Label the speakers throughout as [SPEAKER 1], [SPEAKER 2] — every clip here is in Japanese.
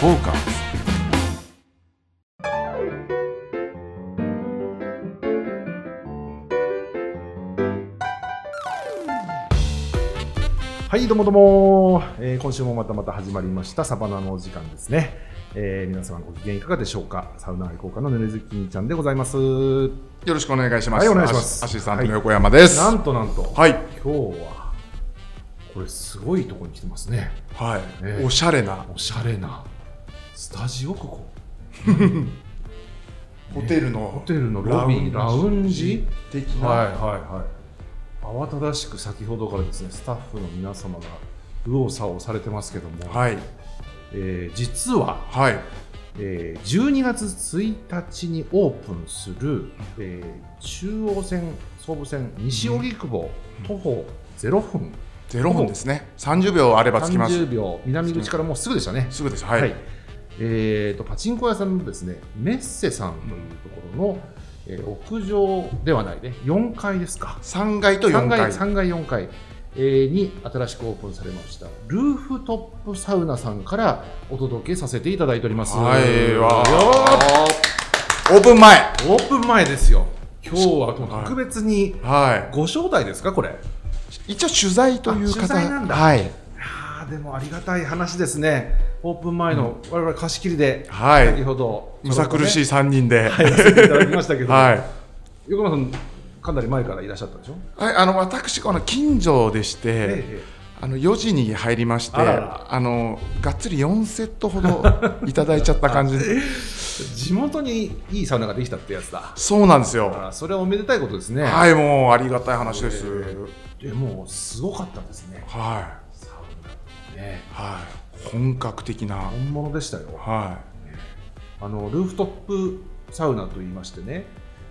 [SPEAKER 1] フォーカスはいどうもどうも、えー今週もまたまた始まりましたサバナのお時間ですね、えー皆様ご機嫌いかがでしょうかサウナ愛好家のぬれずきんちゃんでございます
[SPEAKER 2] よろしくお願いします。
[SPEAKER 1] はいお願いします
[SPEAKER 2] アシアシスタントの横山です。
[SPEAKER 1] な
[SPEAKER 2] は
[SPEAKER 1] んとなんと、
[SPEAKER 2] い。
[SPEAKER 1] 今日はこれすごいとこに来てますね
[SPEAKER 2] はい。
[SPEAKER 1] ええ
[SPEAKER 2] おしゃれな
[SPEAKER 1] おしゃれなスタジオここ
[SPEAKER 2] ホテル
[SPEAKER 1] ホ
[SPEAKER 2] の
[SPEAKER 1] テルのロビーラウンジ
[SPEAKER 2] 的な、
[SPEAKER 1] はいはいはい慌ただしく先ほどからですねスタッフの皆様が右往左往されてますけども、
[SPEAKER 2] はい。
[SPEAKER 1] えー実は、
[SPEAKER 2] はい。
[SPEAKER 1] えー12月1日にオープンする、えー中央線総武線西荻窪徒歩0分
[SPEAKER 2] ゼロ本ですね。三十秒あればつきます。
[SPEAKER 1] 30秒南口からもうすぐでしたね
[SPEAKER 2] すぐです。はい。
[SPEAKER 1] はいえー、とパチンコ屋さんのですねメッセさんというところの、えー屋上ではないね4階ですか
[SPEAKER 2] 三、階と四
[SPEAKER 1] 3
[SPEAKER 2] 階
[SPEAKER 1] 階3階4階、えーに新しくオープンされましたルーフトップサウナさんからお届けさせていただいております
[SPEAKER 2] はい。わ
[SPEAKER 1] よ
[SPEAKER 2] ーオープン前。
[SPEAKER 1] ーオープン前ですよ今日はもう特別に
[SPEAKER 2] は
[SPEAKER 1] ご招待ですかこれ
[SPEAKER 2] い。一応取材という
[SPEAKER 1] あ取
[SPEAKER 2] 方。
[SPEAKER 1] 材なんだ
[SPEAKER 2] はい。
[SPEAKER 1] あーでもありがたい話ですねオープン前の我々貸し切りで、
[SPEAKER 2] はい
[SPEAKER 1] 先ほど
[SPEAKER 2] むさ苦し
[SPEAKER 1] い
[SPEAKER 2] い三人で。はい。
[SPEAKER 1] やらせていただきましたけど、
[SPEAKER 2] はい。
[SPEAKER 1] 横山さんかなり前からいらっしゃったでしょ、
[SPEAKER 2] あの私この近所でして。
[SPEAKER 1] え
[SPEAKER 2] あの4時に入りまして
[SPEAKER 1] あ
[SPEAKER 2] あ
[SPEAKER 1] らら
[SPEAKER 2] のがっつり4セットほどいただいちゃった感じで
[SPEAKER 1] え地元にいいサウナができたってやつだ
[SPEAKER 2] そうなんですよ
[SPEAKER 1] あそれはおめでたいことですね、
[SPEAKER 2] はいもうありがたい話です、
[SPEAKER 1] でもすごかったですね
[SPEAKER 2] は
[SPEAKER 1] サウナね
[SPEAKER 2] いはい本格的な
[SPEAKER 1] 本物でしたよ
[SPEAKER 2] は
[SPEAKER 1] あのルーフトップサウナといいましてね、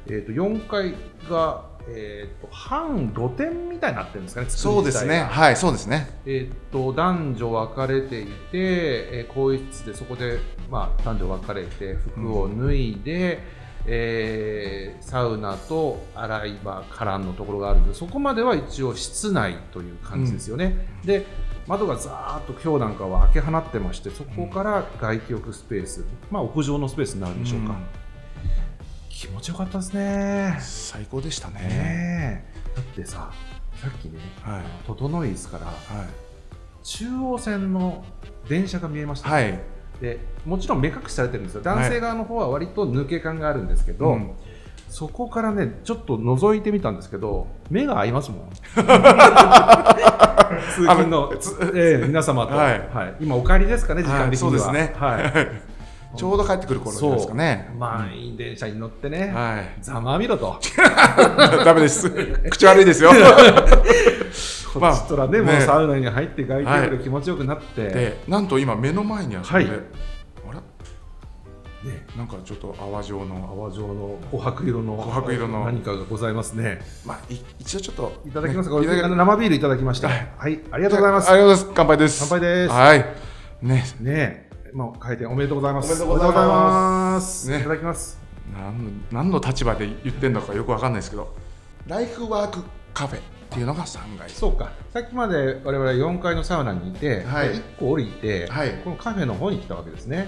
[SPEAKER 1] えー、と4階が、えー、と半露天みたいになってるんですかね
[SPEAKER 2] い
[SPEAKER 1] 作り
[SPEAKER 2] そう
[SPEAKER 1] 自
[SPEAKER 2] で
[SPEAKER 1] 体
[SPEAKER 2] す
[SPEAKER 1] が
[SPEAKER 2] ねはいそうですね
[SPEAKER 1] えー、と男女分かれていて、えー、更衣室でそこで、まあ、男女分かれて服を脱いで、えーサウナと洗い場からのところがあるんでそこまでは一応室内という感じですよね、で窓がざーっと今日なんかは開け放ってましてそこから外気浴スペース、まあ、屋上のスペースになるんでしょうか、
[SPEAKER 2] うん
[SPEAKER 1] 気持ちよかったですね
[SPEAKER 2] 最高でしたね
[SPEAKER 1] ねえだってささっきね
[SPEAKER 2] はい
[SPEAKER 1] 整いですから
[SPEAKER 2] は
[SPEAKER 1] 中央線の電車が見えました、
[SPEAKER 2] い はい
[SPEAKER 1] でもちろん目隠しされてるんですよ男性側の方は割と抜け感があるんですけど、
[SPEAKER 2] うん
[SPEAKER 1] そこからねちょっと覗いてみたんですけど目が合いますもん 通勤の、ええ皆様と、は
[SPEAKER 2] はいい
[SPEAKER 1] 今お帰りですかね時間
[SPEAKER 2] はい
[SPEAKER 1] 的には、
[SPEAKER 2] そうですね
[SPEAKER 1] はい、
[SPEAKER 2] ちょうど帰ってくる頃じゃないですかね
[SPEAKER 1] そう満員電車に乗ってね、
[SPEAKER 2] はい
[SPEAKER 1] ざまあみろと、
[SPEAKER 2] ダメ です口悪いですよ
[SPEAKER 1] こ
[SPEAKER 2] まあ
[SPEAKER 1] っちとらね、もう
[SPEAKER 2] ね
[SPEAKER 1] サウナに入って外気浴で気持ちよくなって、
[SPEAKER 2] でなんと今目の前にあって、
[SPEAKER 1] はい
[SPEAKER 2] あら
[SPEAKER 1] ね
[SPEAKER 2] なんかちょっと泡状の
[SPEAKER 1] 泡状の琥珀色の
[SPEAKER 2] 琥珀色の
[SPEAKER 1] 何かがございますね。
[SPEAKER 2] まあ、い一応ちょっと、
[SPEAKER 1] いただきますか。
[SPEAKER 2] ね
[SPEAKER 1] これあの生ビールいただきました。はい、ありがとうございます
[SPEAKER 2] あ。りがとうございます。乾杯です。
[SPEAKER 1] 乾杯です
[SPEAKER 2] はい。ね、
[SPEAKER 1] ねえ、もう開店おめでとうございます。
[SPEAKER 2] おめでとうございます
[SPEAKER 1] おめでとうございますいただきます。
[SPEAKER 2] なん何の立場で言ってんのかよくわかんないですけど、ライフワークカフェっていうのが3階。
[SPEAKER 1] そうか。さっきまで我々4階のサウナにいて、
[SPEAKER 2] はい
[SPEAKER 1] 1個降りて、
[SPEAKER 2] はい
[SPEAKER 1] このカフェの方に来たわけですね。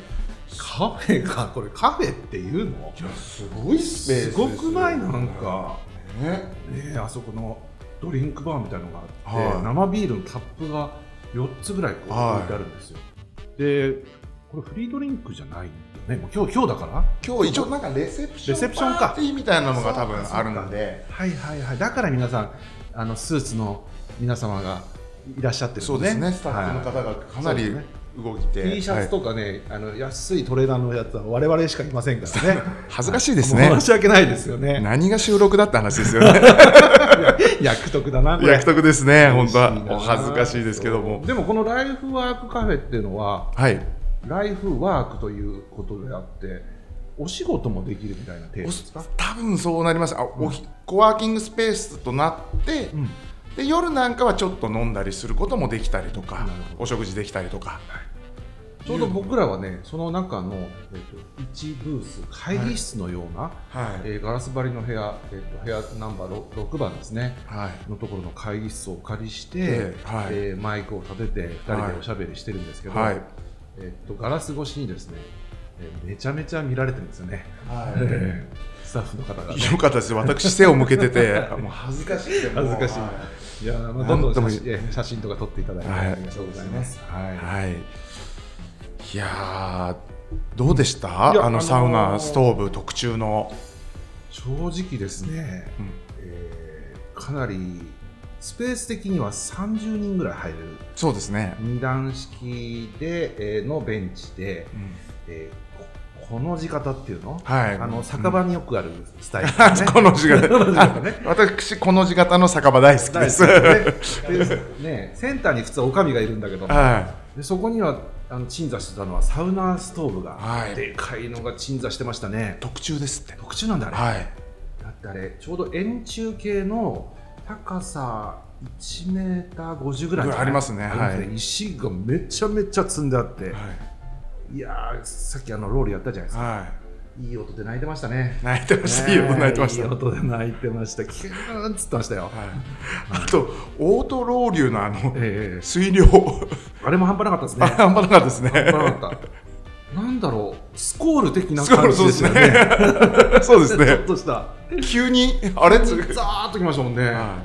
[SPEAKER 1] カフェか、これカフェっていうの
[SPEAKER 2] いや、すごいスペース
[SPEAKER 1] す
[SPEAKER 2] です
[SPEAKER 1] ご
[SPEAKER 2] よ
[SPEAKER 1] くないなん。か。
[SPEAKER 2] ね。
[SPEAKER 1] ねえ、あそこのドリンクバーみたいのがあって、
[SPEAKER 2] はい
[SPEAKER 1] 生ビールのタップが4つぐらいこう
[SPEAKER 2] はい
[SPEAKER 1] 置いてあるんですよ。で、これフリードリンクじゃないんだよね。もう今日今日だから
[SPEAKER 2] 今日一応なんかレセプション
[SPEAKER 1] レセプションか
[SPEAKER 2] パーティーみたいなのが多分あるんで、
[SPEAKER 1] はいはいはい、だから皆さん、あのスーツの皆様がいらっしゃってるん
[SPEAKER 2] そうですね。スタッフの
[SPEAKER 1] は
[SPEAKER 2] 方がかな
[SPEAKER 1] そう
[SPEAKER 2] り
[SPEAKER 1] ですね
[SPEAKER 2] 動いて、
[SPEAKER 1] い T シャツ
[SPEAKER 2] はい
[SPEAKER 1] とかね、あの安いトレーナーのやつは我々しかいませんからね。
[SPEAKER 2] 恥ずかしいですね
[SPEAKER 1] もう申し訳ないですよね。
[SPEAKER 2] 何が収録だって話ですよね。
[SPEAKER 1] 役得だな、これ
[SPEAKER 2] 約束ですね。本当
[SPEAKER 1] 嬉しいな
[SPEAKER 2] はお恥ずかしいですけども。
[SPEAKER 1] でもこのライフワークカフェっていうのは、
[SPEAKER 2] はい。
[SPEAKER 1] ライフワークということであって、お仕事もできるみたいなテーマ
[SPEAKER 2] お
[SPEAKER 1] ですか。
[SPEAKER 2] 多分そうなりますあおひコワーキングスペースとなって、
[SPEAKER 1] うん
[SPEAKER 2] で夜なんかはちょっと飲んだりすることもできたりと
[SPEAKER 1] なる
[SPEAKER 2] か
[SPEAKER 1] ほど
[SPEAKER 2] お食事できたりとか
[SPEAKER 1] ちょうど僕らはね、その中の、えっと1ブース、会議室のような、
[SPEAKER 2] はい、
[SPEAKER 1] えーガラス張りの部屋、えー、と部屋ナンバー 6, 6番ですね
[SPEAKER 2] はい、
[SPEAKER 1] のところの会議室をお借りして、
[SPEAKER 2] ええはい
[SPEAKER 1] えーマイクを立てて2人でおしゃべりしてるんですけど、
[SPEAKER 2] はい
[SPEAKER 1] えっと、ガラス越しにですね、えめちゃめちゃ見られてるんですよね、
[SPEAKER 3] は
[SPEAKER 1] スタッフの方が。
[SPEAKER 2] よかったです私背を向けてて もう恥ずかしい
[SPEAKER 1] 恥ずかしい
[SPEAKER 2] はい
[SPEAKER 1] やー、まあ、どんどん
[SPEAKER 2] なんとも
[SPEAKER 1] 写真え写真とか撮っていただいて、
[SPEAKER 2] はい、
[SPEAKER 1] ありがとうございます。はいい
[SPEAKER 2] はい、いやーどうでした
[SPEAKER 1] いや
[SPEAKER 2] あ
[SPEAKER 1] あの
[SPEAKER 2] の
[SPEAKER 1] ー
[SPEAKER 2] サウナストーブ特注の、
[SPEAKER 1] 正直ですね、
[SPEAKER 2] うん
[SPEAKER 1] えーかなりスペース的には30人ぐらい入れる
[SPEAKER 2] そうですね、
[SPEAKER 1] 二段式で、えーのベンチで、
[SPEAKER 2] うん
[SPEAKER 1] えーここの字型っていうの,、
[SPEAKER 2] はい
[SPEAKER 1] あの酒場によくあるスタイル、ね
[SPEAKER 2] この字 が
[SPEAKER 1] この字型 ね
[SPEAKER 2] 私この字型の酒場大好き
[SPEAKER 1] 大
[SPEAKER 2] で
[SPEAKER 1] 好き
[SPEAKER 2] す
[SPEAKER 1] ですねでねセンターに普通は女将がいるんだけど、
[SPEAKER 2] は
[SPEAKER 1] でそこにはあの鎮座してたのはサウナーストーブが、
[SPEAKER 2] はい
[SPEAKER 1] でかいのが鎮座してましたね
[SPEAKER 2] い特注ですって
[SPEAKER 1] 特注なんだあれ、
[SPEAKER 2] はい
[SPEAKER 1] だってあれちょうど円柱形の高さ1メーター50ぐらいじゃない
[SPEAKER 2] ありますねはい
[SPEAKER 1] 石がめちゃめちゃ積んであって、、
[SPEAKER 2] はい
[SPEAKER 1] やーさっきあのロールやったじゃないです
[SPEAKER 2] い、
[SPEAKER 1] か
[SPEAKER 2] はい
[SPEAKER 1] い音で泣いてましたね
[SPEAKER 2] い、泣いてましたいいよ泣いてました
[SPEAKER 1] いい音で泣いてましたキューンっつってましたよ、
[SPEAKER 2] はい、あとオートロウリュのあの
[SPEAKER 1] ええ
[SPEAKER 2] 水量
[SPEAKER 1] あれも半端なかったですね
[SPEAKER 2] あれ 半端なかったですね
[SPEAKER 1] 半端なかったなんだろうスコール的な感じですよね
[SPEAKER 2] そうです
[SPEAKER 1] ちょ
[SPEAKER 2] ね
[SPEAKER 1] っと した
[SPEAKER 2] 急にあれつ
[SPEAKER 1] ザーっときましたもんね、
[SPEAKER 2] は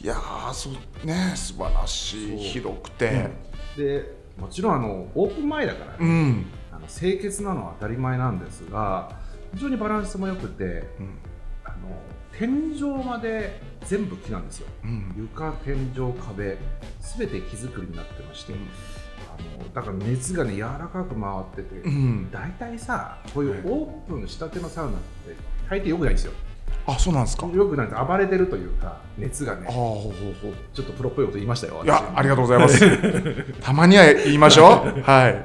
[SPEAKER 2] い、いやーそうね素晴らし
[SPEAKER 1] そ
[SPEAKER 2] い
[SPEAKER 1] う
[SPEAKER 2] 広くて
[SPEAKER 1] でもちろんあのオープン前だからね、
[SPEAKER 2] うん、
[SPEAKER 1] あの清潔なのは当たり前なんですが非常にバランスも良くて
[SPEAKER 2] うん
[SPEAKER 1] あの天井まで全部木なんですよ
[SPEAKER 2] うん
[SPEAKER 1] 床天井壁すべて木造りになってまして、あのだから熱がね柔らかく回ってて、
[SPEAKER 2] うん、
[SPEAKER 1] 大体さこうい
[SPEAKER 2] はいう
[SPEAKER 1] オープンしたてのサウナって大抵良くないんですよ
[SPEAKER 2] あそうなんですかあ
[SPEAKER 1] 良くないんです暴れてるというか熱が
[SPEAKER 2] あ
[SPEAKER 1] ね
[SPEAKER 2] ほうほうほう
[SPEAKER 1] ちょっとプロっぽいこと言いましたよ
[SPEAKER 2] いや
[SPEAKER 1] 私
[SPEAKER 2] ありがとうございます たまには言いましょうはい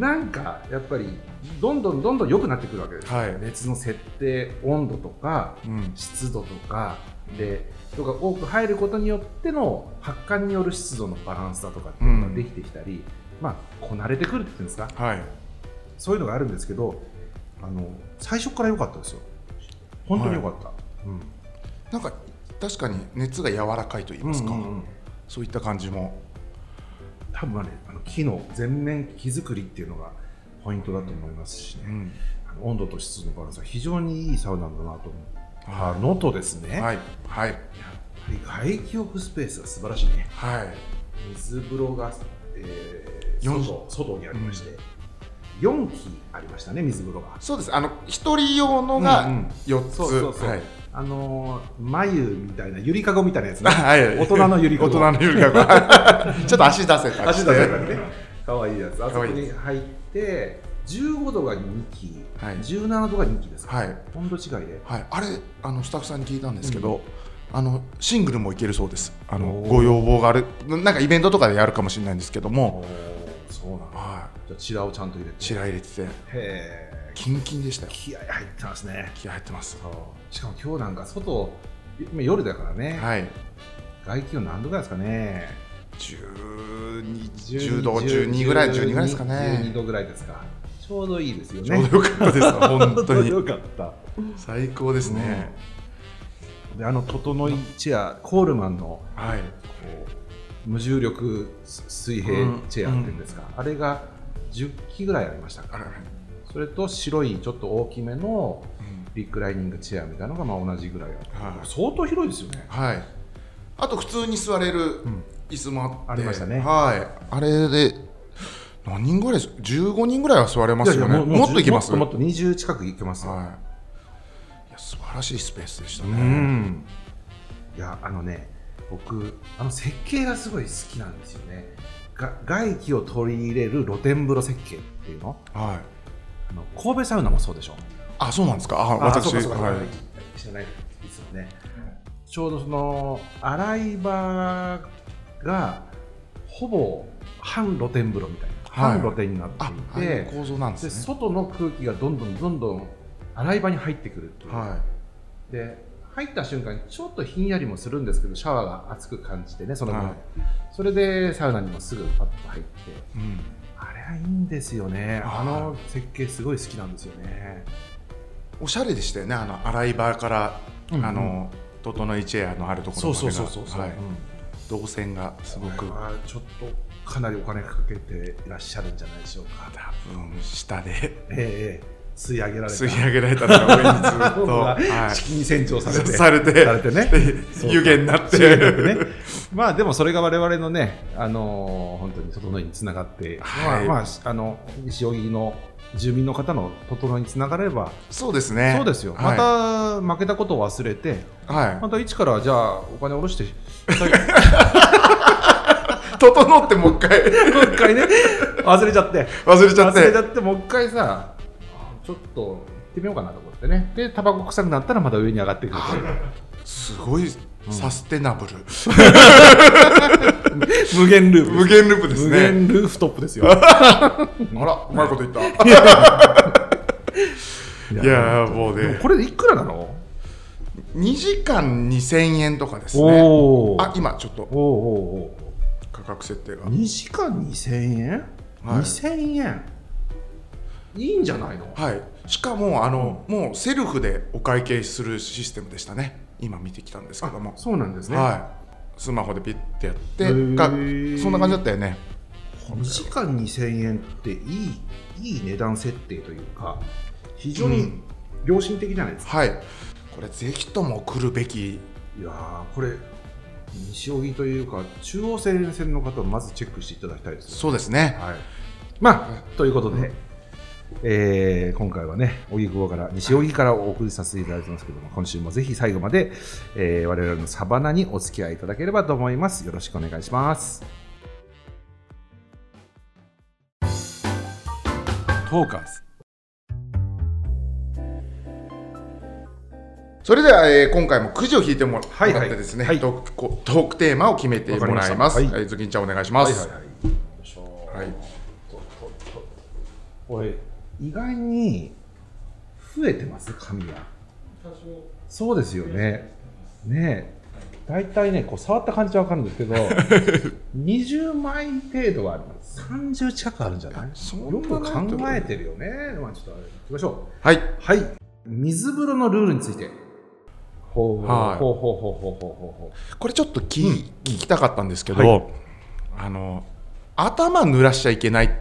[SPEAKER 1] なんかやっぱりどんどんどんどん良くなってくるわけです、
[SPEAKER 2] はい
[SPEAKER 1] 熱の設定温度とか
[SPEAKER 2] うん
[SPEAKER 1] 湿度とかでとか多く入ることによっての発汗による湿度のバランスだとかっていうのができてきたり、まあこなれてくるっていうんですか
[SPEAKER 2] はい
[SPEAKER 1] そういうのがあるんですけどあの最初から良かったですよ本当に良かった、うん
[SPEAKER 2] なんか確かに熱が柔らかいと言いますか、
[SPEAKER 1] うんうんうん
[SPEAKER 2] そういった感じも
[SPEAKER 1] 多分あれあの木の全面木作りっていうのがポイントだと思いますしね、
[SPEAKER 2] うん
[SPEAKER 1] あの温度と湿度のバランスは非常にいいサウナだなと思うあ
[SPEAKER 2] は
[SPEAKER 1] のとですね、
[SPEAKER 2] いはいはい
[SPEAKER 1] やっぱり外気浴スペースが素晴らしいね
[SPEAKER 2] はい
[SPEAKER 1] 水風呂が、えー
[SPEAKER 2] 四
[SPEAKER 1] 外外にありまして、4基ありましたね水風呂が
[SPEAKER 2] そうですあの一人用の
[SPEAKER 1] うんう
[SPEAKER 2] が
[SPEAKER 1] ん
[SPEAKER 2] 四つ、
[SPEAKER 1] そうそうそう、
[SPEAKER 2] はい
[SPEAKER 1] あのー眉みたいなゆりかごみたいなや つね
[SPEAKER 2] はい、
[SPEAKER 1] 大人のゆりかご
[SPEAKER 2] 大人のゆりかご ちょっと足出せたり
[SPEAKER 1] 足
[SPEAKER 2] し
[SPEAKER 1] 出
[SPEAKER 2] て
[SPEAKER 1] せたり ね可愛いやつあそ
[SPEAKER 2] 可
[SPEAKER 1] こ
[SPEAKER 2] 愛いで
[SPEAKER 1] に入って15度が2基、
[SPEAKER 2] はい
[SPEAKER 1] 17度が2基ですか、
[SPEAKER 2] はい
[SPEAKER 1] 温度違いで
[SPEAKER 2] はい、あれあのスタッフさんに聞いたんですけど、あのシングルもいけるそうですあの
[SPEAKER 1] おー
[SPEAKER 2] ご要望があるなんかイベントとかでやるかもしれないんですけども、
[SPEAKER 1] おーそうなんだ
[SPEAKER 2] は
[SPEAKER 1] じゃあチラをちゃんと入れ
[SPEAKER 2] い、
[SPEAKER 1] て
[SPEAKER 2] チラ入れてて
[SPEAKER 1] へえ
[SPEAKER 2] キンキンでしたよ
[SPEAKER 1] 気合入ってますね
[SPEAKER 2] 気合入ってます
[SPEAKER 1] しかも今日なんか外今夜だからね、
[SPEAKER 2] はい
[SPEAKER 1] 外気温何度ぐらいですかね
[SPEAKER 2] 12 10度12ぐらい12ぐらいですか
[SPEAKER 1] 12
[SPEAKER 2] ね
[SPEAKER 1] 度ぐらいですかちょうどいいですよ
[SPEAKER 2] ちょう
[SPEAKER 1] ね
[SPEAKER 2] どよかったです本
[SPEAKER 1] ち ょ
[SPEAKER 2] 当
[SPEAKER 1] うど
[SPEAKER 2] に
[SPEAKER 1] よかった
[SPEAKER 2] 最高ですね、
[SPEAKER 1] であの整いチェアコールマンの
[SPEAKER 2] はい
[SPEAKER 1] こう無重力水平チェアっていうんですか、あれが10機ぐらいありました
[SPEAKER 2] あ
[SPEAKER 1] から
[SPEAKER 2] ら、
[SPEAKER 1] それと白いちょっと大きめの
[SPEAKER 2] うん
[SPEAKER 1] リクライニングチェアみたいなのがまあ同じぐらいあって
[SPEAKER 2] はい
[SPEAKER 1] 相当広いですよね
[SPEAKER 2] はい。あと普通に座れる椅子もあっ
[SPEAKER 1] あ
[SPEAKER 2] て、
[SPEAKER 1] りましたね
[SPEAKER 2] はい。あれで何人ぐらいです？15人ぐらいは座れますよね。もっといきます。
[SPEAKER 1] もっともっと20近くいきますよ、
[SPEAKER 2] はい。いや素晴らしいスペースでした
[SPEAKER 1] う
[SPEAKER 2] ね。
[SPEAKER 1] んいやあのね僕あの設計がすごい好きなんですよねが外気を取り入れる露天風呂設計っていうの
[SPEAKER 2] はい。
[SPEAKER 1] あの神戸サウナもそうでしょ
[SPEAKER 2] あ、そうなんですか。あ、
[SPEAKER 1] あ
[SPEAKER 2] 私
[SPEAKER 1] そうかそうか
[SPEAKER 2] はい。
[SPEAKER 1] 知らないですよね、ちょうどその洗い場がほぼ半露天風呂みたいな、
[SPEAKER 2] はい
[SPEAKER 1] 半露天になって
[SPEAKER 2] あ、ああ
[SPEAKER 1] い
[SPEAKER 2] いう
[SPEAKER 1] て
[SPEAKER 2] 構造なんで
[SPEAKER 1] です
[SPEAKER 2] ね。
[SPEAKER 1] 外の空気がどんどんどんどん洗い場に入ってくるっていう、
[SPEAKER 2] は
[SPEAKER 1] で入った瞬間にちょっとひんやりもするんですけどシャワーが熱く感じてねその分、
[SPEAKER 2] はい
[SPEAKER 1] それでサウナにもすぐパッと入って
[SPEAKER 2] い。うん。
[SPEAKER 1] あれはいいんですよね
[SPEAKER 2] はい
[SPEAKER 1] あの設計すごい好きなんですよね
[SPEAKER 2] おしゃれでしたよね。あの洗い場から、
[SPEAKER 1] うん
[SPEAKER 2] あの整いチェアのあるところまでが、はい
[SPEAKER 1] うん
[SPEAKER 2] 動線がすごく、
[SPEAKER 1] あれはちょっとかなりお金かけていらっしゃるんじゃないでしょうか。
[SPEAKER 2] 多分下で
[SPEAKER 1] ええ吸い上げられた。
[SPEAKER 2] 吸い上げられたのが上にず っ
[SPEAKER 1] 僕
[SPEAKER 2] と、
[SPEAKER 1] が
[SPEAKER 2] は
[SPEAKER 1] 資金洗浄され
[SPEAKER 2] い、
[SPEAKER 1] て。
[SPEAKER 2] されて
[SPEAKER 1] されてねそう
[SPEAKER 2] 湯気になっ
[SPEAKER 1] 資金洗浄され
[SPEAKER 2] て
[SPEAKER 1] てね、 まあでもそれが我々のね、あのー本当に整いにつながって、
[SPEAKER 2] はい
[SPEAKER 1] まあ、まあ、あの西荻の住民の方の整いにつながれば、
[SPEAKER 2] そうですね
[SPEAKER 1] そうですよ、
[SPEAKER 2] はい
[SPEAKER 1] また負けたことを忘れて、
[SPEAKER 2] はい
[SPEAKER 1] また一からじゃあお金下 ろして、
[SPEAKER 2] 整ってもう一回
[SPEAKER 1] もう一回ね、忘れちゃって、
[SPEAKER 2] 忘れちゃっ
[SPEAKER 1] 忘れ
[SPEAKER 2] て
[SPEAKER 1] ちゃって、もう一回さ、ちょっと行ってみようかなと思ってね、で、タバコ臭くなったらまた上に上がってくる
[SPEAKER 2] すごいサステナブル、
[SPEAKER 1] 無限ループ
[SPEAKER 2] 無限ループです
[SPEAKER 1] 無
[SPEAKER 2] ね
[SPEAKER 1] 限ルーフトップですよ。
[SPEAKER 2] あらうまいこと言った
[SPEAKER 1] い
[SPEAKER 2] いやーもう
[SPEAKER 1] でも
[SPEAKER 2] ね
[SPEAKER 1] これいくらなの
[SPEAKER 2] 2時間2000円とかですね
[SPEAKER 1] おー
[SPEAKER 2] あ今ちょっと
[SPEAKER 1] おーお
[SPEAKER 2] 価格設定が
[SPEAKER 1] ーおー2時間2000円、
[SPEAKER 2] はい
[SPEAKER 1] ?2000 円いいんじゃないの
[SPEAKER 2] はいしかもあの、もうセルフでお会計するシステムでしたね今見てきたんですけども
[SPEAKER 1] そうなんですね。
[SPEAKER 2] はいスマホでピッてやって
[SPEAKER 1] へー
[SPEAKER 2] かそんな感じだったよね
[SPEAKER 1] 2時間2000円っていいいい値段設定というか非常
[SPEAKER 2] う
[SPEAKER 1] に
[SPEAKER 2] ん
[SPEAKER 1] 良心的じゃないですか、
[SPEAKER 2] はいこれぜひとも来るべき
[SPEAKER 1] いやーこれ西荻というか中央線線の方をまずチェックしていただきたいですね
[SPEAKER 2] そうですね
[SPEAKER 1] はいまあということで、えー今回はね荻窪から西荻からお送りさせていただいてますけども今週もぜひ最後まで、えー我々のサバナにお付き合いいただければと思いますよろしくお願いします
[SPEAKER 2] トーカそれでは、えー今回もくじを引いても
[SPEAKER 1] はい
[SPEAKER 2] らってですね、
[SPEAKER 1] はい
[SPEAKER 2] トークこトークテーマを決めてもらいま
[SPEAKER 1] わか
[SPEAKER 2] す。は
[SPEAKER 1] り
[SPEAKER 2] い
[SPEAKER 1] ました、
[SPEAKER 2] ズキンちゃんお願いします。
[SPEAKER 1] い
[SPEAKER 2] はい、
[SPEAKER 1] これ意外に増えてます髪がそうですよねねえ大体ねこう触った感じは分かるん ですけど20枚程度はあります30近くあるんじゃない
[SPEAKER 2] そ
[SPEAKER 1] よく
[SPEAKER 2] ないと
[SPEAKER 1] 考えてるよねまあちょっとあれ行きましょ
[SPEAKER 2] はい、
[SPEAKER 1] うはい水風呂のルールについてほう、
[SPEAKER 2] はい
[SPEAKER 1] ほうほうほうほうほうほうほ
[SPEAKER 2] これちょっと聞,、聞きたかったんですけど、
[SPEAKER 1] はい
[SPEAKER 2] あの頭濡らしちゃいけない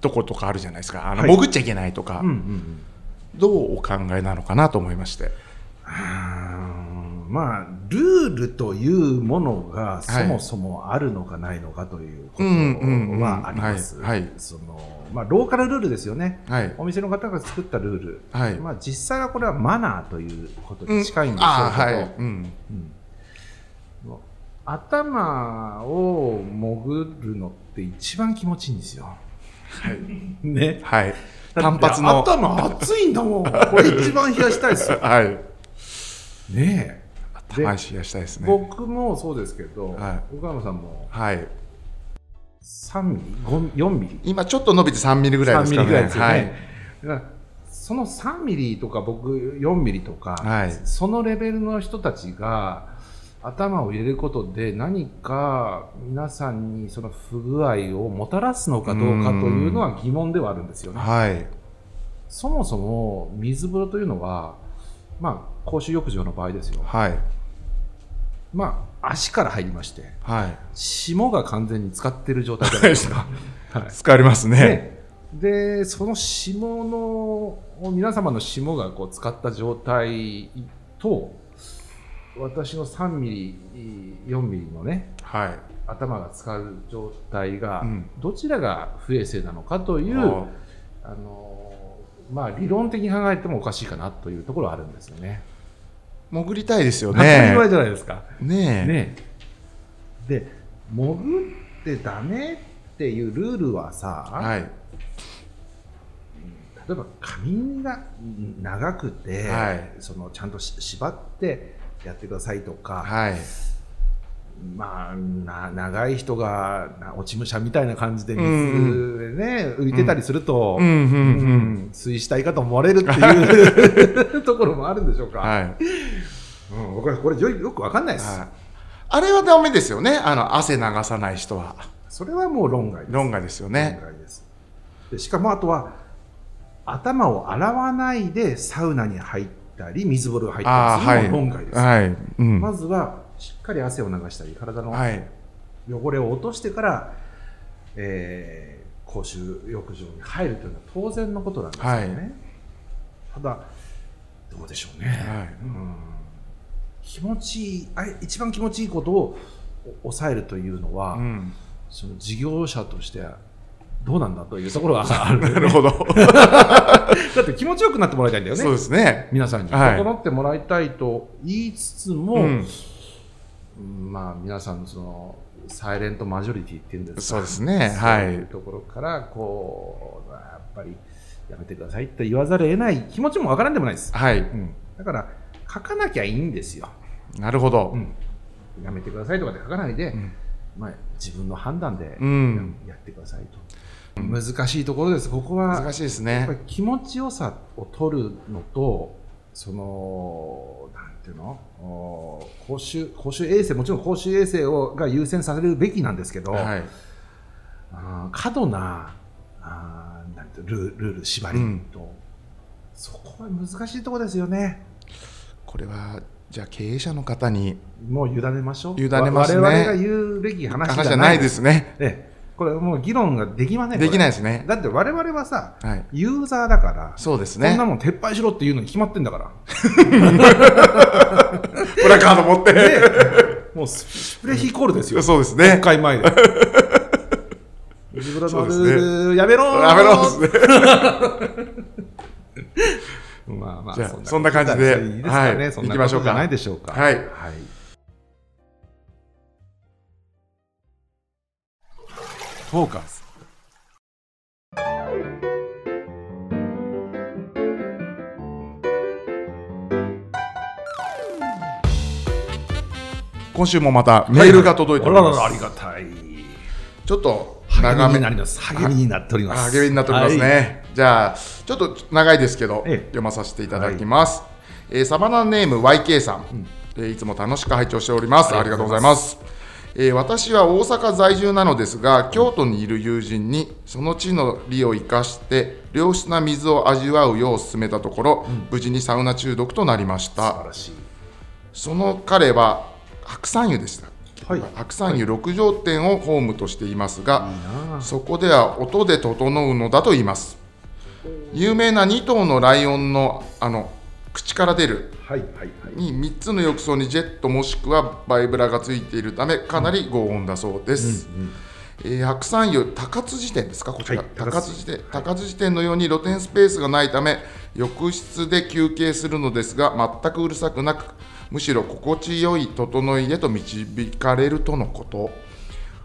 [SPEAKER 2] とことかあるじゃないですか。あの、
[SPEAKER 1] はい
[SPEAKER 2] 潜っちゃいけないとか、
[SPEAKER 1] ううんうんうん
[SPEAKER 2] どうお考えなのかなと思いまして。
[SPEAKER 1] あーまあルールというものがそもそもあるのかないのかということ
[SPEAKER 2] うんうんうん
[SPEAKER 1] はあります。
[SPEAKER 2] はいはい
[SPEAKER 1] そのまあローカルルールですよね。
[SPEAKER 2] はい。
[SPEAKER 1] お店の方が作ったルール。
[SPEAKER 2] はい
[SPEAKER 1] まあ実際はこれはマナーということ
[SPEAKER 2] う
[SPEAKER 1] に近いんでしょ
[SPEAKER 2] あ
[SPEAKER 1] う
[SPEAKER 2] ー
[SPEAKER 1] け
[SPEAKER 2] はい
[SPEAKER 1] ど、
[SPEAKER 2] うん
[SPEAKER 1] うん頭を潜るのって一番気持ちいいんですよ。
[SPEAKER 2] は い
[SPEAKER 1] ね。
[SPEAKER 2] はい。単発の。
[SPEAKER 1] だって頭熱いんだもん。これ一番冷やしたい ですよ。
[SPEAKER 2] はい。
[SPEAKER 1] ねえ。で
[SPEAKER 2] 頭冷やしたいですね。
[SPEAKER 1] 僕もそうですけど、
[SPEAKER 2] は
[SPEAKER 1] 岡山さんも
[SPEAKER 2] はい。
[SPEAKER 1] 3ミリ5 4ミリ
[SPEAKER 2] 今ちょっと伸びて3ミリぐらいで
[SPEAKER 1] 3
[SPEAKER 2] す
[SPEAKER 1] ミ
[SPEAKER 2] か
[SPEAKER 1] リ
[SPEAKER 2] ね。
[SPEAKER 1] ぐらいですよね、
[SPEAKER 2] はい。
[SPEAKER 1] だからその3ミリとか僕4ミリとか、
[SPEAKER 2] はい
[SPEAKER 1] そのレベルの人たちが頭を入れることで何か皆さんにその不具合をもたらすのかどうかというのは疑問ではあるんですよね。
[SPEAKER 2] はい。
[SPEAKER 1] そもそも水風呂というのは、まあ、公衆浴場の場合ですよ、
[SPEAKER 2] はい。
[SPEAKER 1] まあ、足から入りまして
[SPEAKER 2] は
[SPEAKER 1] 霜が完全に使ってる状態じゃないです か。はい
[SPEAKER 2] い。疲れますね。
[SPEAKER 1] ね、でその霜の皆様の霜がこう使った状態と私の3ミリ4ミリのね
[SPEAKER 2] は
[SPEAKER 1] 頭が使う状態が、
[SPEAKER 2] うん
[SPEAKER 1] どちらが不衛生なのかと
[SPEAKER 2] い。
[SPEAKER 1] いう
[SPEAKER 2] も
[SPEAKER 1] あのまあ理論的に考えてもおかしいかなというところはあるんですよね。
[SPEAKER 2] う潜りたいですよ
[SPEAKER 1] 当たり
[SPEAKER 2] ね。
[SPEAKER 1] 前じゃないですか。
[SPEAKER 2] ね
[SPEAKER 1] ねで潜ってダメっていうルールはさ、
[SPEAKER 2] え。はい。
[SPEAKER 1] 例えば髪が長くて、
[SPEAKER 2] はい
[SPEAKER 1] そのちゃんとし縛ってやってくださいとか、
[SPEAKER 2] はい。
[SPEAKER 1] まあ、な長い人がな落ち武者みたいな感じで水
[SPEAKER 2] う
[SPEAKER 1] で
[SPEAKER 2] ん
[SPEAKER 1] ね、浮いてたりすると、
[SPEAKER 2] うんうんうん。
[SPEAKER 1] うん水死体かと思われるっていう ところもあるんでしょうか、
[SPEAKER 2] はい。
[SPEAKER 1] うん、僕はこれよよくわかんないです、
[SPEAKER 2] はいあれはダメですよね。あの、汗流さない人は。
[SPEAKER 1] それはもう論外です
[SPEAKER 2] 論外ですよね。
[SPEAKER 1] 論外ですでしかもあとは頭を洗わないでサウナに入ったり水風呂が入ったり
[SPEAKER 2] ああ
[SPEAKER 1] す
[SPEAKER 2] ー、は
[SPEAKER 1] る
[SPEAKER 2] い。
[SPEAKER 1] のも論外です、
[SPEAKER 2] はい。うん
[SPEAKER 1] まずはしっかり汗を流したり体の
[SPEAKER 2] はい。
[SPEAKER 1] 汚れを落としてからえー公衆浴場に入るというのは当然のことなんですよね、た
[SPEAKER 2] は
[SPEAKER 1] だどうでしょうね、
[SPEAKER 2] はい
[SPEAKER 1] うん気持ちいいあ一番気持ちいいことをお抑えるというのは、
[SPEAKER 2] うん、
[SPEAKER 1] その事業者としてどうなんだというところがある
[SPEAKER 2] なるほど
[SPEAKER 1] だって気持ちよくなってもらいたいんだよね
[SPEAKER 2] そうですね
[SPEAKER 1] 皆さんに
[SPEAKER 2] はい
[SPEAKER 1] 整ってもらいたいと言いつつも、
[SPEAKER 2] うん
[SPEAKER 1] まあ皆さんのそのサイレントマジョリティっていうんですか
[SPEAKER 2] そうですね
[SPEAKER 1] そう
[SPEAKER 2] は
[SPEAKER 1] う
[SPEAKER 2] い
[SPEAKER 1] ところからこうまあやっぱりやめてくださいと言わざるを得ない気持ちもわからんでもないです、
[SPEAKER 2] はい
[SPEAKER 1] うん、だから書かなきゃいいんですよ、
[SPEAKER 2] なるほど、
[SPEAKER 1] うん、やめてくださいとかで書かないで、
[SPEAKER 2] ん
[SPEAKER 1] まあ、自分の判断で
[SPEAKER 2] うん
[SPEAKER 1] やってくださいと、難しいところですここは
[SPEAKER 2] 難しいです
[SPEAKER 1] やっぱ
[SPEAKER 2] ね
[SPEAKER 1] り気持ちよさを取るのと、その、なんていうの、おー公衆公衆衛生、もちろん公衆衛生をが優先されるべきなんですけど、
[SPEAKER 2] はい
[SPEAKER 1] あー過度なあーなんていうルールール縛りと、そこは難しいところですよね。
[SPEAKER 2] これはじゃあ経営者の方に
[SPEAKER 1] もう委ねましょう。
[SPEAKER 2] 委ねますね
[SPEAKER 1] わ我々が言うべき話じゃない
[SPEAKER 2] 話じゃないで。すね
[SPEAKER 1] ええこれもう議論ができません
[SPEAKER 2] できない
[SPEAKER 1] い。
[SPEAKER 2] ですね
[SPEAKER 1] だって我々はさ、
[SPEAKER 2] はい
[SPEAKER 1] ユーザーだから、
[SPEAKER 2] そうです
[SPEAKER 1] こ
[SPEAKER 2] ね
[SPEAKER 1] んなもん撤廃しろっていうのに決まってんだ から。
[SPEAKER 2] プラカード持って
[SPEAKER 1] もうススプレヒコールですよ、
[SPEAKER 2] そうですね
[SPEAKER 1] 国会前で。自分
[SPEAKER 2] そ
[SPEAKER 1] の
[SPEAKER 2] う
[SPEAKER 1] ル
[SPEAKER 2] ですね
[SPEAKER 1] ールやめろー
[SPEAKER 2] やめろっすね
[SPEAKER 1] まあまあ
[SPEAKER 2] じゃあそんな感じで
[SPEAKER 1] いいですかね、
[SPEAKER 2] はい
[SPEAKER 1] そんな
[SPEAKER 2] 行きましょ
[SPEAKER 1] こと
[SPEAKER 2] うか
[SPEAKER 1] じゃないでしょうか。
[SPEAKER 2] はい
[SPEAKER 1] はい
[SPEAKER 2] フォーカス今週もまたメールが届いております、
[SPEAKER 1] あらららありがたい。
[SPEAKER 2] ちょっと
[SPEAKER 1] 励
[SPEAKER 2] 長
[SPEAKER 1] み
[SPEAKER 2] め
[SPEAKER 1] になります。励みになっております。
[SPEAKER 2] 励みになっておりますね、
[SPEAKER 1] はい。
[SPEAKER 2] じゃあちょっと長いですけど、
[SPEAKER 1] ええ
[SPEAKER 2] 読まさせていただきます、えーサバナネーム YK さん、えーいつも楽しく拝聴しております
[SPEAKER 1] あ
[SPEAKER 2] あ
[SPEAKER 1] り
[SPEAKER 2] り
[SPEAKER 1] が
[SPEAKER 2] が
[SPEAKER 1] と
[SPEAKER 2] と
[SPEAKER 1] うござい
[SPEAKER 2] うござい
[SPEAKER 1] ま
[SPEAKER 2] ますえー私は大阪在住なのですが京都にいる友人にその地の利を生かして良質な水を味わうよう勧めたところ、無事にサウナ中毒となりまし
[SPEAKER 1] 素晴
[SPEAKER 2] た
[SPEAKER 1] らしい。
[SPEAKER 2] その彼は白山湯でした、
[SPEAKER 1] はい
[SPEAKER 2] 白山湯6畳店をホームとしていますが、
[SPEAKER 1] いいなあ
[SPEAKER 2] そこでは音で整うのだと言います有名な2頭のライオンのあの口から出る
[SPEAKER 1] はいはいはい。
[SPEAKER 2] に3つの浴槽にジェットもしくはバイブラがついているためかなり強音だそうです、えー白山湯高津支店ですかこちら、
[SPEAKER 1] はい
[SPEAKER 2] 高津支店高津支店のように露天スペースがないため浴室で休憩するのですが全くうるさくなくむしろ心地よい整いへと導かれるとのこと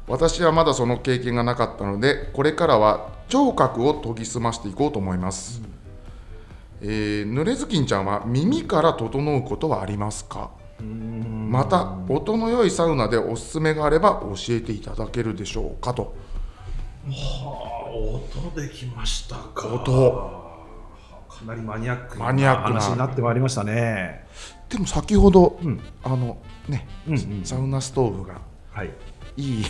[SPEAKER 2] 私はまだその経験がなかったのでこれからは聴覚を研ぎ澄ましていこうと思います、えー、濡れずきんちゃんは耳から整うことはありますかまた音の良いサウナでおすすめがあれば教えていただけるでしょうかと
[SPEAKER 1] 音できましたか。
[SPEAKER 2] 音。
[SPEAKER 1] かなりマニアック
[SPEAKER 2] マニアックな
[SPEAKER 1] 話になってまいりましたね。
[SPEAKER 2] でも先ほど、
[SPEAKER 1] うん
[SPEAKER 2] あのね、
[SPEAKER 1] うんうん
[SPEAKER 2] サウナストーブが
[SPEAKER 1] はい。
[SPEAKER 2] いい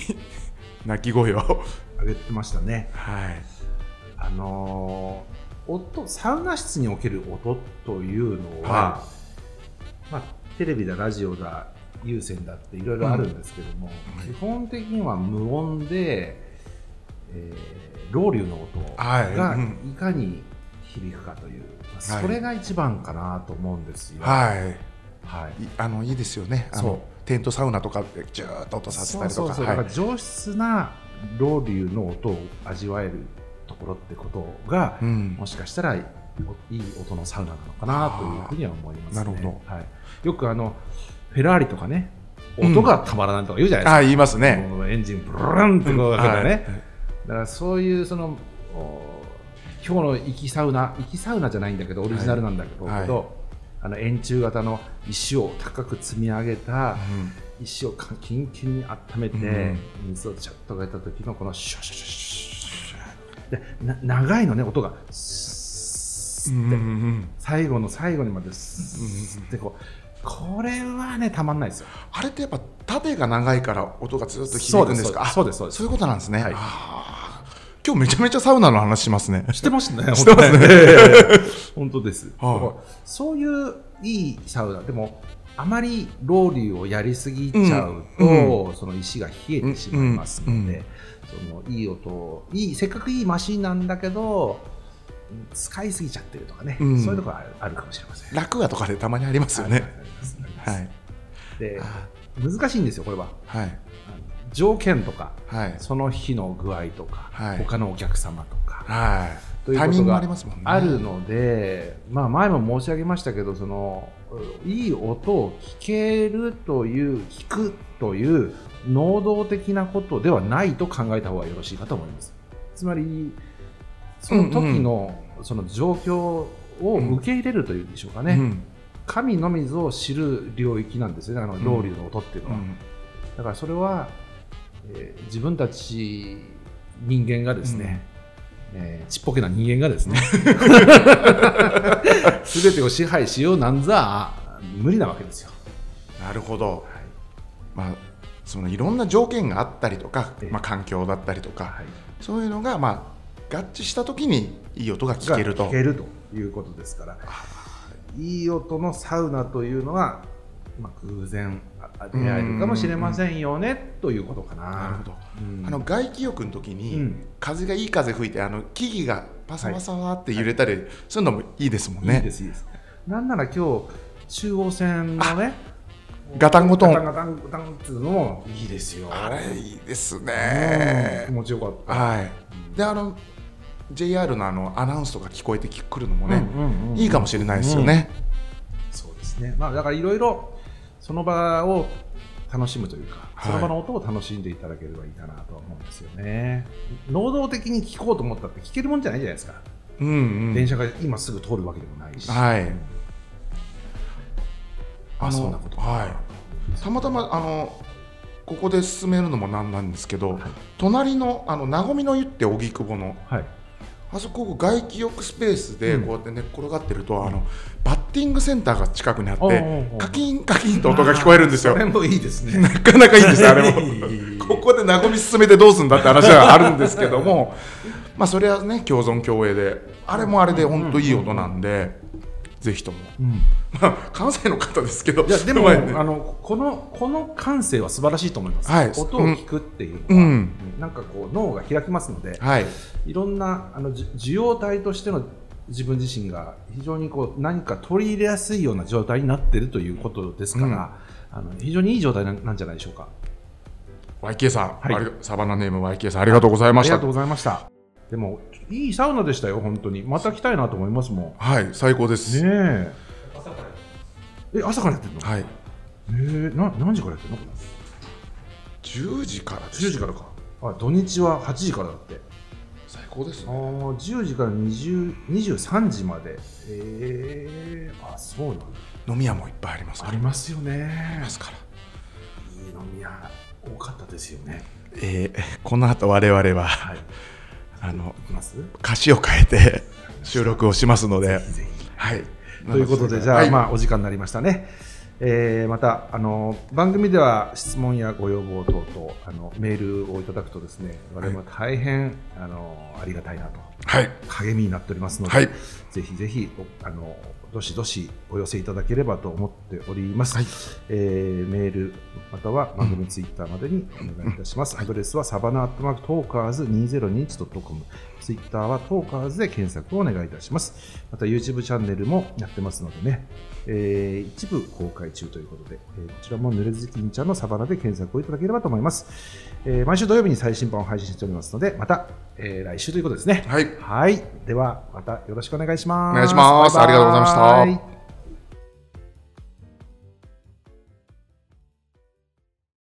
[SPEAKER 2] 鳴き声を
[SPEAKER 1] あげてましたね。
[SPEAKER 2] はい
[SPEAKER 1] あのー音サウナ室における音というのは、
[SPEAKER 2] は
[SPEAKER 1] まあ、テレビだラジオだ有線だっていろいろあるんですけども、
[SPEAKER 2] うん
[SPEAKER 1] 基本的には無音で、えー、ロウリュの音
[SPEAKER 2] はい
[SPEAKER 1] が
[SPEAKER 2] うん
[SPEAKER 1] いかに響くかという、まあ
[SPEAKER 2] はい
[SPEAKER 1] それが一番かなと思うんですよ。
[SPEAKER 2] は
[SPEAKER 1] はい
[SPEAKER 2] いいあのいいですよねあ
[SPEAKER 1] そう
[SPEAKER 2] のテントサウナとかでジューッと音させ
[SPEAKER 1] そ
[SPEAKER 2] た
[SPEAKER 1] う
[SPEAKER 2] りと
[SPEAKER 1] そう
[SPEAKER 2] か
[SPEAKER 1] そう、だから上質なロウリュの音を味わえるところってことが、
[SPEAKER 2] はいうん
[SPEAKER 1] もしかしたらいい音のサウナなのかなというふうには思います、ね、
[SPEAKER 2] あーなるほ
[SPEAKER 1] はい、よくあのフェラーリとかね音がたまらないとか言うじゃない
[SPEAKER 2] あ言います
[SPEAKER 1] ですか、
[SPEAKER 2] ね
[SPEAKER 1] このエンジンブルーンってこうかけてね、
[SPEAKER 2] はい
[SPEAKER 1] だからそういうそのお今日の行きサウナ行きサウナじゃないんだけどオリジナルなんだけど、
[SPEAKER 2] はいはい
[SPEAKER 1] あの円柱型の石を高く積み上げた
[SPEAKER 2] うん
[SPEAKER 1] 石をかキンキンに温めて、
[SPEAKER 2] うん
[SPEAKER 1] 水をちょっとかけた時のこのシュワシュワシュワシュワシュワでな長いのね音がス
[SPEAKER 2] う
[SPEAKER 1] ーッ
[SPEAKER 2] ん
[SPEAKER 1] て、
[SPEAKER 2] うんうん
[SPEAKER 1] 最後の最後にまでスーッてこうこれはねたまんないですよ
[SPEAKER 2] あれってやっぱ縦が長いから音がずっと響くんですか
[SPEAKER 1] そう
[SPEAKER 2] う
[SPEAKER 1] ですそうですそ
[SPEAKER 2] そ
[SPEAKER 1] うう
[SPEAKER 2] いうことなんですね、
[SPEAKER 1] はい
[SPEAKER 2] あー今日めちゃめちゃサウナの話 しますね
[SPEAKER 1] ですしてますね
[SPEAKER 2] 知ってます ね
[SPEAKER 1] 本当です、
[SPEAKER 2] はい
[SPEAKER 1] だからそういういいサウナでもあまりロウリュをやりすぎちゃうと、
[SPEAKER 2] う
[SPEAKER 1] その石が冷えてしまいますので、
[SPEAKER 2] うんうん
[SPEAKER 1] そのいい音いいせっかくいいマシンなんだけどうん使いすぎちゃってるとかね、
[SPEAKER 2] うん
[SPEAKER 1] そういうところはあるあるかもしれません。
[SPEAKER 2] 楽屋とかでたまにありますよね。
[SPEAKER 1] ありますあります
[SPEAKER 2] はい。
[SPEAKER 1] で
[SPEAKER 2] あ
[SPEAKER 1] 難しいんですよこれは
[SPEAKER 2] はい。
[SPEAKER 1] あの条件とか
[SPEAKER 2] はい。
[SPEAKER 1] その日の具合とか、
[SPEAKER 2] はい
[SPEAKER 1] 他のお客様とか
[SPEAKER 2] は
[SPEAKER 1] と
[SPEAKER 2] い。
[SPEAKER 1] いう
[SPEAKER 2] タイ
[SPEAKER 1] こ
[SPEAKER 2] ミ
[SPEAKER 1] と
[SPEAKER 2] ングあり
[SPEAKER 1] が
[SPEAKER 2] ますもんね。
[SPEAKER 1] あるので、まあ、前も申し上げましたけどそのいい音を聞けるという聞くという能動的なことではないと考えた方がよろしいかと思います。つまりその時のその状況を受け入れるというんでしょうかね、
[SPEAKER 2] うん。
[SPEAKER 1] 神のみぞ知る領域なんですよねあの道理の音っていうの
[SPEAKER 2] う
[SPEAKER 1] は。
[SPEAKER 2] ん
[SPEAKER 1] だからそれは、えー自分たち人間がですね、えーちっぽけな人間が ですね全てを支配しようなんざ無理なわけですよ。
[SPEAKER 2] なるほど。
[SPEAKER 1] はい
[SPEAKER 2] まあ、そのいろんな条件があったりとか
[SPEAKER 1] ええ、
[SPEAKER 2] まあ、環境だったりとか、
[SPEAKER 1] い、
[SPEAKER 2] そういうのが、まあ、合致したときにいい音が聞けると。
[SPEAKER 1] 聞けるということですからいい音のサウナというのは、まあ、偶然あ出会えるかもしれませんよねということかな。
[SPEAKER 2] なるほど。
[SPEAKER 1] うん
[SPEAKER 2] あの外気浴の時
[SPEAKER 1] う
[SPEAKER 2] に
[SPEAKER 1] ん
[SPEAKER 2] 風がいい風吹いてあの木々がパサパサーって揺れたりそういうのもいいですもん
[SPEAKER 1] いいで
[SPEAKER 2] ね。
[SPEAKER 1] すいいですなんなら今日中央線のね
[SPEAKER 2] ガタンゴトン
[SPEAKER 1] ガタンガタンガタンっていうのもいいですよ
[SPEAKER 2] あれいいです
[SPEAKER 1] うん気
[SPEAKER 2] ね。
[SPEAKER 1] 持ちよかった
[SPEAKER 2] はい。であの JR のあのアナウンスとか聞こえてくるのも
[SPEAKER 1] う
[SPEAKER 2] ね
[SPEAKER 1] んうんうん
[SPEAKER 2] いいかもしれないですよね。
[SPEAKER 1] そうですねまあだからいろいろその場を楽しむというか、
[SPEAKER 2] はい
[SPEAKER 1] その場の音を楽しんでいただければいいかなとは思うんですよね能動的に聞こうと思ったって聞けるもんじゃないじゃないですか、
[SPEAKER 2] うんう
[SPEAKER 1] 電
[SPEAKER 2] ん。
[SPEAKER 1] 車が今すぐ通るわけでもないし、
[SPEAKER 2] はい
[SPEAKER 1] うん
[SPEAKER 2] あ
[SPEAKER 1] そ
[SPEAKER 2] そ
[SPEAKER 1] ん
[SPEAKER 2] う
[SPEAKER 1] なこと
[SPEAKER 2] はい。たまたまあのここで進めるのもなんなんですけど
[SPEAKER 1] はい
[SPEAKER 2] 隣のあのなごみの湯って荻窪の
[SPEAKER 1] はい
[SPEAKER 2] あそこ外気浴スペースで
[SPEAKER 1] うん
[SPEAKER 2] こうやって寝っ転がってると、あのバッティングセンターが近くにあって
[SPEAKER 1] おうおうおう
[SPEAKER 2] カキンカキンと音が聞こえるんですよ
[SPEAKER 1] それ
[SPEAKER 2] な
[SPEAKER 1] もいいですね
[SPEAKER 2] か なかいいですあれ
[SPEAKER 1] いい
[SPEAKER 2] も
[SPEAKER 1] いいいい
[SPEAKER 2] ここで和み進めてどうすんだって話はあるんですけどもまあそれはね共存共栄であれもあれで本当いい音なんで、ぜひとも
[SPEAKER 1] うん
[SPEAKER 2] まあ関西の方ですけど
[SPEAKER 1] いやでも、
[SPEAKER 2] うまいね
[SPEAKER 1] あのこのこの感性は素晴らしいと思います、
[SPEAKER 2] はい
[SPEAKER 1] 音を聞くっていうのは、
[SPEAKER 2] うん
[SPEAKER 1] なんかこう脳が開きますので、
[SPEAKER 2] はい
[SPEAKER 1] い、ろんなあのじ受容体としての自分自身が非常にこう何か取り入れやすいような状態になっているということですから、あの非常にいい状態ななんじゃないでしょうか
[SPEAKER 2] YK さん、
[SPEAKER 1] はい
[SPEAKER 2] ありがサバナネーム YK さんありがとうございま
[SPEAKER 1] あ
[SPEAKER 2] し
[SPEAKER 1] り
[SPEAKER 2] た
[SPEAKER 1] がとうございましたでもいいサウナでしたよ本当にまた来たいなと思いますもんね
[SPEAKER 2] はい最高です、
[SPEAKER 1] ええ朝からやってるの、
[SPEAKER 2] はい
[SPEAKER 1] えな何時からやってるの
[SPEAKER 2] 10時からです
[SPEAKER 1] 10時からかあ土日は8時からだって
[SPEAKER 2] 最高です
[SPEAKER 1] あ
[SPEAKER 2] ね
[SPEAKER 1] ー10時から20 23時までえー、あそうなんだ
[SPEAKER 2] 飲み屋もいっぱいありますから
[SPEAKER 1] ますよね
[SPEAKER 2] ますから、
[SPEAKER 1] いい飲み屋多かったですよね
[SPEAKER 2] えーこの後我々は
[SPEAKER 1] はい
[SPEAKER 2] あの
[SPEAKER 1] いきます
[SPEAKER 2] 歌詞を変えて収録をしますので、
[SPEAKER 1] ぜひ
[SPEAKER 2] はい、
[SPEAKER 1] ということでじゃあ、
[SPEAKER 2] はい
[SPEAKER 1] まあお時間になりましたねえーまたあの番組では質問やご要望等々あのメールをいただくとですね我々は大変、あのありがたいなと
[SPEAKER 2] はい
[SPEAKER 1] 励みになっておりますので、
[SPEAKER 2] はい
[SPEAKER 1] ぜひぜひおあのどしどしお寄せいただければと思っております。
[SPEAKER 2] はい
[SPEAKER 1] えーメールまたは番組ツイッターまでにお願いいたします。アドレスはサバナアットマークトーカーズ 2021.com ツイッターはトーカーズで検索をお願いいたします。また YouTube チャンネルもやってますのでね、えー一部公開中ということで、えーこちらも濡れずきんちゃんのサバナで検索をいただければと思います。えー毎週土曜日に最新版を配信しておりますので、また、えー来週ということですね。
[SPEAKER 2] はい
[SPEAKER 1] はい。では、またよろしくお願いします。
[SPEAKER 2] お願いします
[SPEAKER 1] バイバイ
[SPEAKER 2] ありがとうございました。